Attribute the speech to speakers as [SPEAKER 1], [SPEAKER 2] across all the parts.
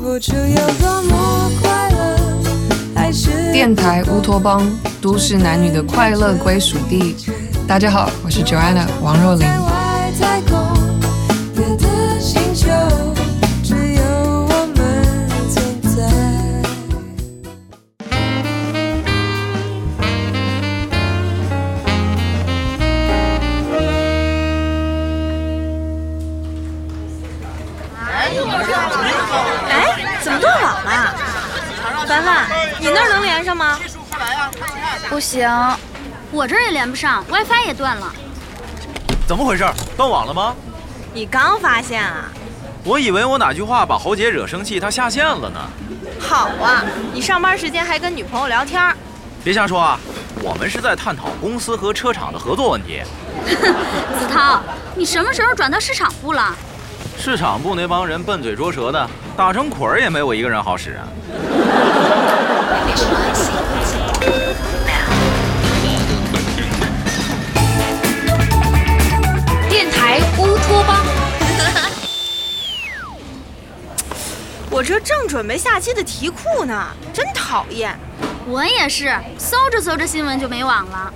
[SPEAKER 1] 不出有多么快乐，还是
[SPEAKER 2] 电台乌托邦，都市男女的快乐归属地。大家好，我是 Joanna 王若琳
[SPEAKER 1] 在。外太空，别的星球只有我们存在。
[SPEAKER 3] 哎，怎么断网了？凡凡，你那儿能连上吗？
[SPEAKER 4] 不行，我这儿也连不上，WiFi 也断了。
[SPEAKER 5] 怎么回事？断网了吗？
[SPEAKER 3] 你刚发现啊？
[SPEAKER 5] 我以为我哪句话把侯姐惹生气，她下线了呢。
[SPEAKER 3] 好啊，你上班时间还跟女朋友聊天儿，
[SPEAKER 5] 别瞎说啊，我们是在探讨公司和车厂的合作问题。
[SPEAKER 4] 子韬，你什么时候转到市场部了？
[SPEAKER 5] 市场部那帮人笨嘴拙舌的，打成捆儿也没我一个人好使啊。
[SPEAKER 4] 电台乌托邦，
[SPEAKER 3] 我这正准备下期的题库呢，真讨厌。
[SPEAKER 4] 我也是，搜着搜着新闻就没网了。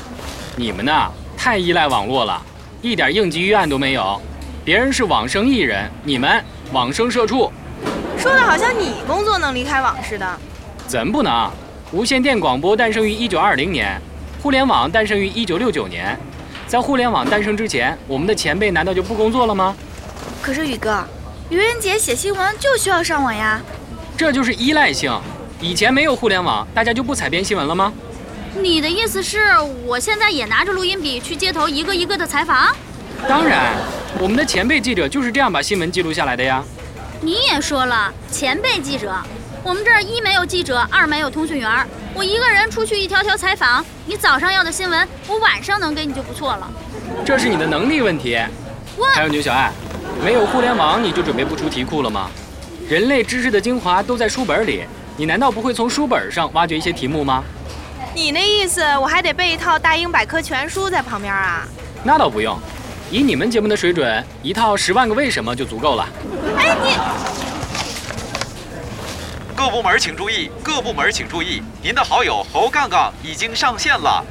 [SPEAKER 6] 你们呐，太依赖网络了，一点应急预案都没有。别人是网生艺人，你们网生社畜，
[SPEAKER 3] 说的好像你工作能离开网似的。
[SPEAKER 6] 怎不能？无线电广播诞生于1920年，互联网诞生于1969年。在互联网诞生之前，我们的前辈难道就不工作了吗？
[SPEAKER 4] 可是宇哥，愚人节写新闻就需要上网呀。
[SPEAKER 6] 这就是依赖性。以前没有互联网，大家就不采编新闻了吗？
[SPEAKER 4] 你的意思是我现在也拿着录音笔去街头一个一个的采访？
[SPEAKER 6] 当然，我们的前辈记者就是这样把新闻记录下来的呀。
[SPEAKER 4] 你也说了，前辈记者，我们这儿一没有记者，二没有通讯员儿，我一个人出去一条条采访，你早上要的新闻，我晚上能给你就不错了。
[SPEAKER 6] 这是你的能力问题。
[SPEAKER 4] 我
[SPEAKER 6] 还有牛小爱，没有互联网你就准备不出题库了吗？人类知识的精华都在书本里，你难道不会从书本上挖掘一些题目吗？
[SPEAKER 3] 你那意思，我还得背一套《大英百科全书》在旁边啊？
[SPEAKER 6] 那倒不用，以你们节目的水准，一套《十万个为什么》就足够了。
[SPEAKER 3] 哎，你
[SPEAKER 5] 各部门请注意，各部门请注意，您的好友侯杠杠已经上线了。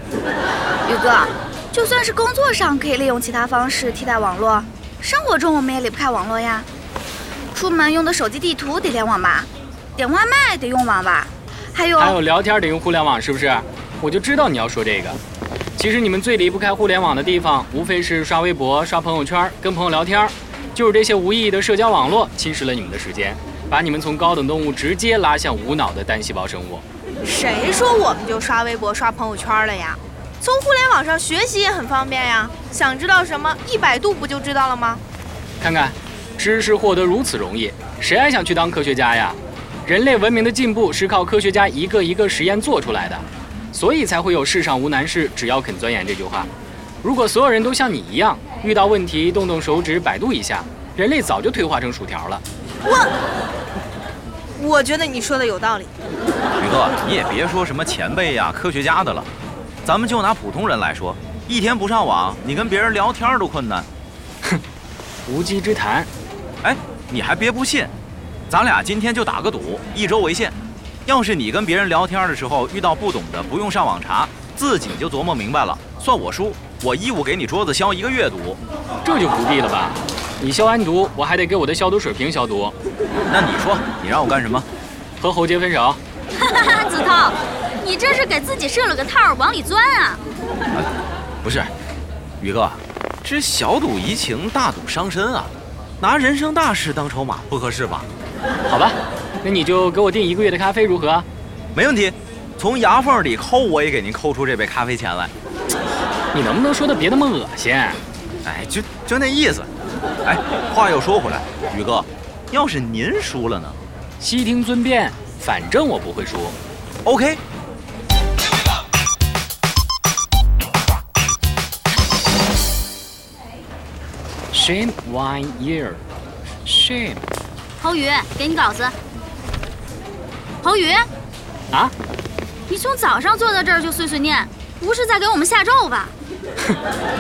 [SPEAKER 7] 宇哥，就算是工作上可以利用其他方式替代网络，生活中我们也离不开网络呀。出门用的手机地图得联网吧，点外卖得用网吧，还有
[SPEAKER 6] 还有聊天得用互联网，是不是？我就知道你要说这个。其实你们最离不开互联网的地方，无非是刷微博、刷朋友圈、跟朋友聊天，就是这些无意义的社交网络侵蚀了你们的时间，把你们从高等动物直接拉向无脑的单细胞生物。
[SPEAKER 3] 谁说我们就刷微博、刷朋友圈了呀？从互联网上学习也很方便呀，想知道什么，一百度不就知道了吗？
[SPEAKER 6] 看看，知识获得如此容易，谁还想去当科学家呀？人类文明的进步是靠科学家一个一个实验做出来的，所以才会有“世上无难事，只要肯钻研”这句话。如果所有人都像你一样，遇到问题动动手指百度一下，人类早就退化成薯条了。
[SPEAKER 3] 我觉得你说的有道理。
[SPEAKER 5] 宇哥，你也别说什么前辈呀、科学家的了，咱们就拿普通人来说，一天不上网，你跟别人聊天都困难。
[SPEAKER 6] 无稽之谈，
[SPEAKER 5] 哎，你还别不信，咱俩今天就打个赌，一周为限。要是你跟别人聊天的时候遇到不懂的，不用上网查，自己就琢磨明白了，算我输，我义务给你桌子消一个月毒。
[SPEAKER 6] 这就不必了吧？你消完毒，我还得给我的消毒水瓶消毒。
[SPEAKER 5] 那你说，你让我干什么？
[SPEAKER 6] 和侯杰分手，
[SPEAKER 4] 哈哈，子韬，你这是给自己设了个套儿，往里钻啊！
[SPEAKER 5] 不是，宇哥，这小赌怡情，大赌伤身啊，拿人生大事当筹码不合适吧？
[SPEAKER 6] 好吧？那你就给我订一个月的咖啡如何？
[SPEAKER 5] 没问题，从牙缝里抠我也给您抠出这杯咖啡钱来。
[SPEAKER 6] 你能不能说的别那么恶心？
[SPEAKER 5] 哎，就就那意思。哎，话又说回来，宇哥，要是您输了呢
[SPEAKER 6] 悉听尊便，反正我不会输。
[SPEAKER 5] ？OK，
[SPEAKER 6] Shame one year. Shame
[SPEAKER 4] 侯宇，给你稿子。侯宇，
[SPEAKER 6] 啊，
[SPEAKER 4] 你从早上坐在这儿就碎碎念，不是在给我们下咒吧？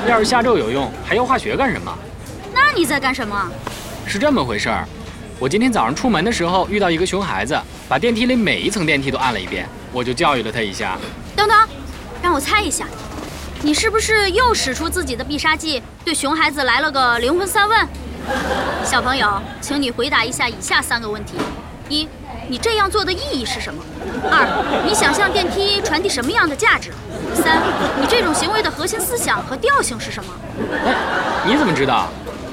[SPEAKER 6] 要是下咒有用，还要化学干什么？
[SPEAKER 4] 那你在干什么？
[SPEAKER 6] 是这么回事儿，我今天早上出门的时候遇到一个熊孩子，把电梯里每一层电梯都按了一遍，我就教育了他一下。
[SPEAKER 4] 等等，让我猜一下，你是不是又使出自己的必杀技，对熊孩子来了个灵魂三问？小朋友，请你回答一下以下三个问题：一，你这样做的意义是什么？二，你想向电梯传递什么样的价值？三，你这种行为的核心思想和调性是什么？
[SPEAKER 6] 哎，你怎么知道？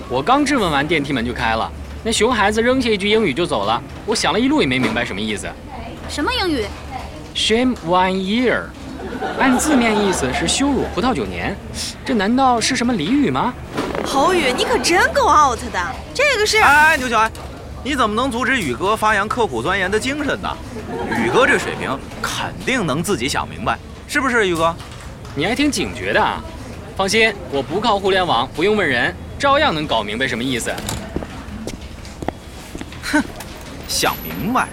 [SPEAKER 6] 我刚质问完，电梯门就开了。那熊孩子扔下一句英语就走了，我想了一路也没明白什么意思。
[SPEAKER 4] 什么英语？
[SPEAKER 6] Shame one year，按哎字面意思是羞辱葡萄九年，这难道是什么俚语吗？
[SPEAKER 3] 侯宇，你可真够 out 的，这个是
[SPEAKER 5] 哎，牛小爱，你怎么能阻止宇哥发扬刻苦钻研的精神呢？宇哥这水平肯定能自己想明白，是不是宇哥？
[SPEAKER 6] 你还挺警觉的啊！放心，我不靠互联网，不用问人，照样能搞明白什么意思。
[SPEAKER 5] 想明白，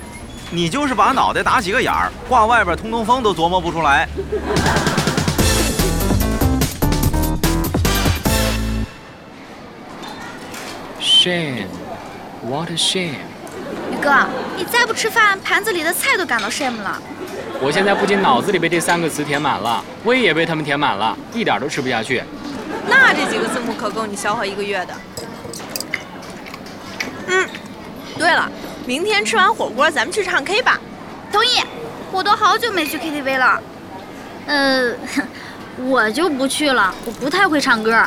[SPEAKER 5] 你就是把脑袋打几个眼儿，挂外边通通风都琢磨不出来。
[SPEAKER 6] Shame，what a shame！
[SPEAKER 7] 宇哥，你再不吃饭，盘子里的菜都感到 shame 了。
[SPEAKER 6] 我现在不仅脑子里被这三个词填满了，胃也被他们填满了，一点都吃不下去。
[SPEAKER 3] 那这几个字母可够你消耗一个月的。嗯，对了，明天吃完火锅咱们去唱 K 吧。
[SPEAKER 7] 同意，我都好久没去 KTV 了。
[SPEAKER 4] 呃， 我就不去了，我不太会唱歌。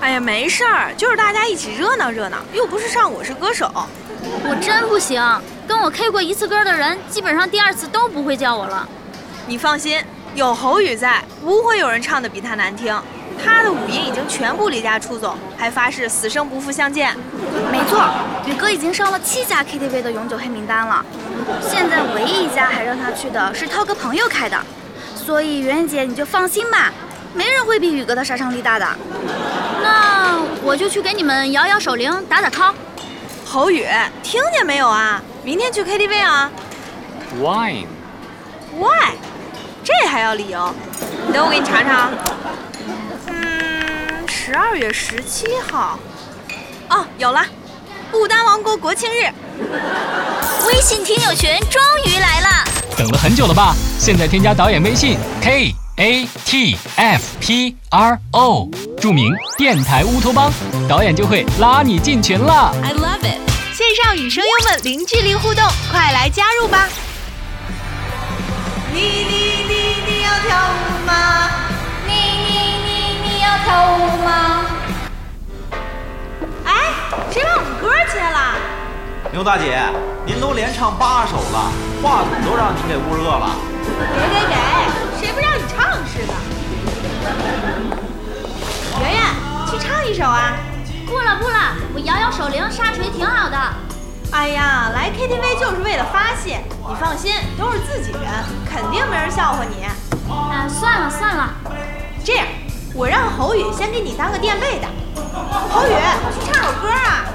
[SPEAKER 3] 哎呀，没事儿，就是大家一起热闹热闹，又不是上《我是歌手》。
[SPEAKER 4] 我真不行，跟我 K 过一次歌的人，基本上第二次都不会叫我了。
[SPEAKER 3] 你放心，有侯宇在，不会有人唱的比他难听。他的五音已经全部离家出走，还发誓死生不复相见。
[SPEAKER 7] 没错，宇哥已经上了七家 KTV 的永久黑名单了，现在唯一一家还让他去的是涛哥朋友开的，所以圆圆姐你就放心吧，没人会比宇哥的杀伤力大的。
[SPEAKER 4] 那我就去给你们摇摇手铃，打打 call。
[SPEAKER 3] 侯宇，听见没有啊？明天去 KTV 啊
[SPEAKER 6] Wine，
[SPEAKER 3] ？Why？这还要理由？你等我给你查查。嗯，十二月十七号。哦，有了，不丹王国国庆日。
[SPEAKER 4] 微信听友群终于来了，
[SPEAKER 6] 等了很久了吧？现在添加导演微信 k a t f p r o，注明“电台乌托邦”，导演就会拉你进群了。
[SPEAKER 1] I love it.
[SPEAKER 3] 线上与声优们零距离互动，快来加入吧！你你你你要跳舞吗？
[SPEAKER 4] 你你你你要跳舞吗？
[SPEAKER 3] 哎，谁把我们歌切了？
[SPEAKER 5] 牛大姐，您都连唱八首了，话筒都让您给捂热了。
[SPEAKER 3] 给给给，谁不让你唱似的？圆圆，去唱一首啊！
[SPEAKER 4] 不了不了，我摇摇手铃，沙锤挺好的。啊
[SPEAKER 3] 哎呀，来 KTV 就是为了发泄，你放心，都是自己人，肯定没人笑话你。
[SPEAKER 4] 啊，算了算了，
[SPEAKER 3] 这样，我让侯宇先给你当个垫背的。侯宇，去唱首歌啊！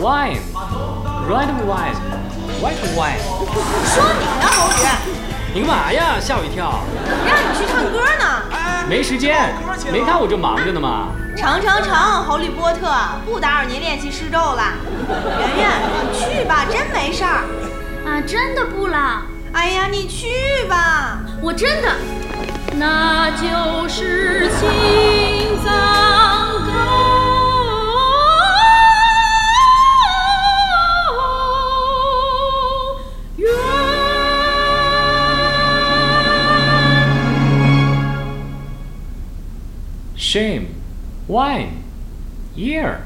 [SPEAKER 6] Wine，red wine，white wine。
[SPEAKER 3] 说你呢，侯宇，
[SPEAKER 6] 你干嘛呀？吓我一跳！
[SPEAKER 3] 让你去唱歌呢。
[SPEAKER 6] 没时间，没看我这忙着呢吗？
[SPEAKER 3] 成成成，侯利波特，不打扰您练习施咒了。圆圆，你去吧，真没事儿。
[SPEAKER 4] 啊，真的不了，
[SPEAKER 3] 哎呀，你去吧。
[SPEAKER 4] 我真的。那就是心脏高。原
[SPEAKER 6] Shame, wine, year。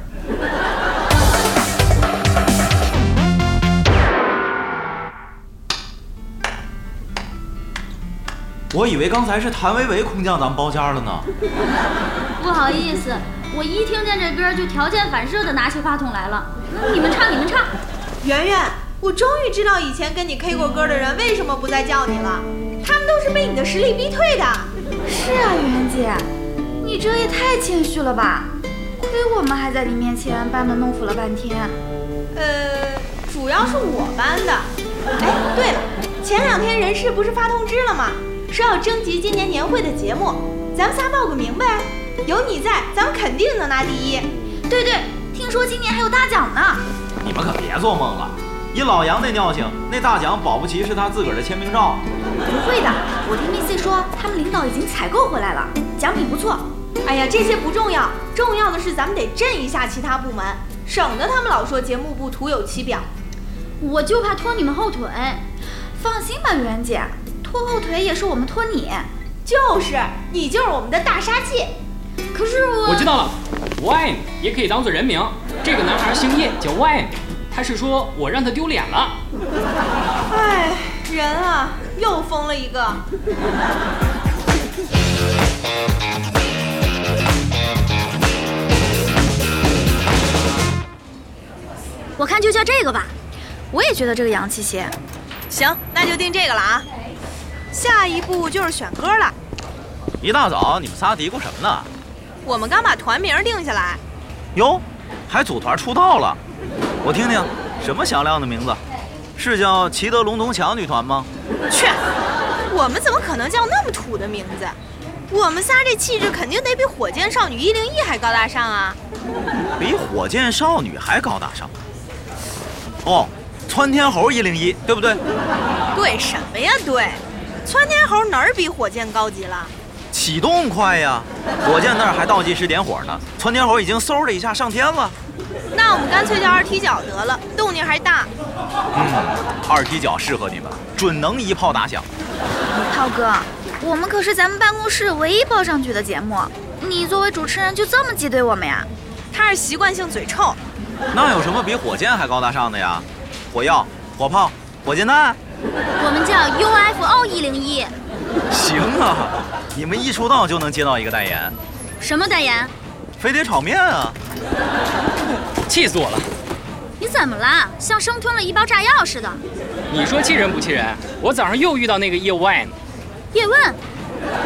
[SPEAKER 5] 我以为刚才是谭维维空降咱们包间了呢。
[SPEAKER 4] 不好意思，我一听见这歌就条件反射的拿起话筒来了。你们唱，你们唱。
[SPEAKER 3] 圆圆，我终于知道以前跟你 K 过歌的人为什么不再叫你了，他们都是被你的实力逼退的。
[SPEAKER 7] 是啊，圆圆姐， 你这也太谦虚了吧，亏我们还在你面前班门弄斧了半天。
[SPEAKER 3] 呃，主要是我班的。哎，对了，前两天人事不是发通知了吗？说要征集今年年会的节目，咱们仨报个名呗。有你在，咱们肯定能拿第一。
[SPEAKER 7] 对对，听说今年还有大奖呢。
[SPEAKER 5] 你们可别做梦了。以老杨那尿性，那大奖保不齐是他自个儿的签名照。
[SPEAKER 3] 不会的，我听 VC 说他们领导已经采购回来了，奖品不错。哎呀，这些不重要，重要的是咱们得震一下其他部门，省得他们老说节目部徒有其表。
[SPEAKER 4] 我就怕拖你们后腿。
[SPEAKER 7] 放心吧，圆姐，拖后腿也是我们拖你。
[SPEAKER 3] 就是，你就是我们的大杀器。
[SPEAKER 4] 可是我
[SPEAKER 6] 我知道了，Wine 也可以当做人名。这个男孩姓叶，叫 Wine。他是说我让他丢脸了。
[SPEAKER 3] 哎，人啊，又疯了一个。
[SPEAKER 4] 我看就叫这个吧。
[SPEAKER 7] 我也觉得这个洋气些。
[SPEAKER 3] 行，那就定这个了啊。下一步就是选歌了，
[SPEAKER 5] 一大早你们仨嘀咕什么呢？
[SPEAKER 3] 我们刚把团名定下来。
[SPEAKER 5] 哟，还组团出道了？我听听，什么响亮的名字？是叫齐德龙铜强女团吗？
[SPEAKER 3] 去，啊我们怎么可能叫那么土的名字？我们仨这气质肯定得比火箭少女一零一还高大上啊！
[SPEAKER 5] 比火箭少女还高大上。啊哦，窜天猴一零一，对不对？
[SPEAKER 3] 对什么呀？对，窜天猴哪儿比火箭高级了？
[SPEAKER 5] 启动快呀！火箭那儿还倒计时点火呢，窜天猴已经嗖的一下上天了。
[SPEAKER 3] 那我们干脆叫二踢脚得了，动静还大。
[SPEAKER 5] 二踢脚适合你们，准能一炮打响。
[SPEAKER 7] 涛哥，我们可是咱们办公室唯一报上去的节目，你作为主持人就这么挤兑我们呀？
[SPEAKER 3] 他是习惯性嘴臭，
[SPEAKER 5] 那有什么比火箭还高大上的呀？火药、火炮、火箭弹？
[SPEAKER 4] 我们叫 UFO 一零一，
[SPEAKER 5] 行啊，你们一出道就能接到一个代言，
[SPEAKER 4] 什么代言？
[SPEAKER 5] 飞碟炒面啊！
[SPEAKER 6] 气死我了！
[SPEAKER 4] 你怎么了？像生吞了一包炸药似的。
[SPEAKER 6] 你说气人不气人？我早上又遇到那个叶 Wine，
[SPEAKER 4] 叶问，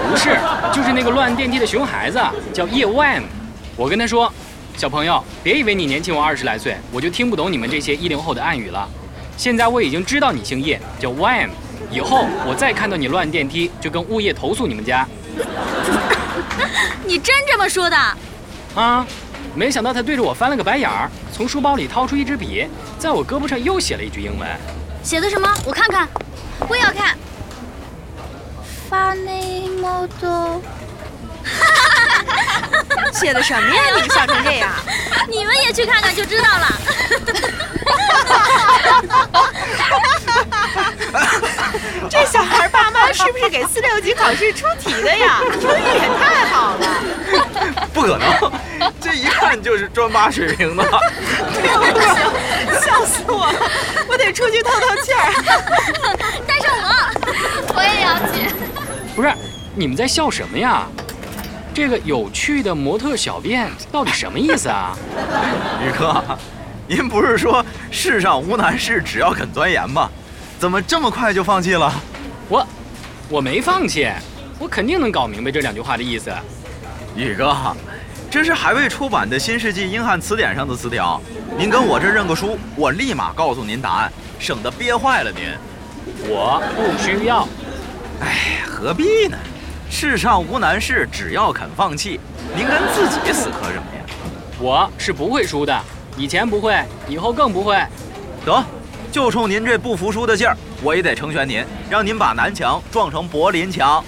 [SPEAKER 6] 不是，就是那个乱电梯的熊孩子，叫叶 Wine。我跟他说，小朋友，别以为你年轻我二十来岁，我就听不懂你们这些一零后的暗语了。现在我已经知道你姓叶，叫 Wine。以后我再看到你乱电梯，就跟物业投诉你们家
[SPEAKER 4] 你真这么说的？
[SPEAKER 6] 啊！没想到他对着我翻了个白眼儿，从书包里掏出一支笔，在我胳膊上又写了一句英文。
[SPEAKER 4] 写的什么？我看看。
[SPEAKER 7] 我也要看。Funny model，
[SPEAKER 3] 写的什么呀？你们笑成这样，
[SPEAKER 4] 你们也去看看就知道了。
[SPEAKER 3] 这小孩爸妈是不是给四六级考试出题的呀？英语也太好了。
[SPEAKER 5] 不可能， 这一看就是专八水平的。
[SPEAKER 3] 笑死我了！我得出去透透气儿。
[SPEAKER 4] 带上我， 我也要去。
[SPEAKER 6] 不是，你们在笑什么呀？这个有趣的模特小便到底什么意思啊？
[SPEAKER 5] 宇哥，您不是说世上无难事，只要肯钻研吗？怎么这么快就放弃了？
[SPEAKER 6] 我，我没放弃，我肯定能搞明白这两句话的意思。
[SPEAKER 5] 宇哥，这是还未出版的新世纪英汉词典上的词条，您跟我这认个输，我立马告诉您答案，省得憋坏了您。
[SPEAKER 6] 我不需要，
[SPEAKER 5] 哎，何必呢？世上无难事，只要肯放弃。您跟自己死磕什么呀？
[SPEAKER 6] 我是不会输的，以前不会，以后更不会。
[SPEAKER 5] 得，就冲您这不服输的劲儿，我也得成全您，让您把南墙撞成柏林墙。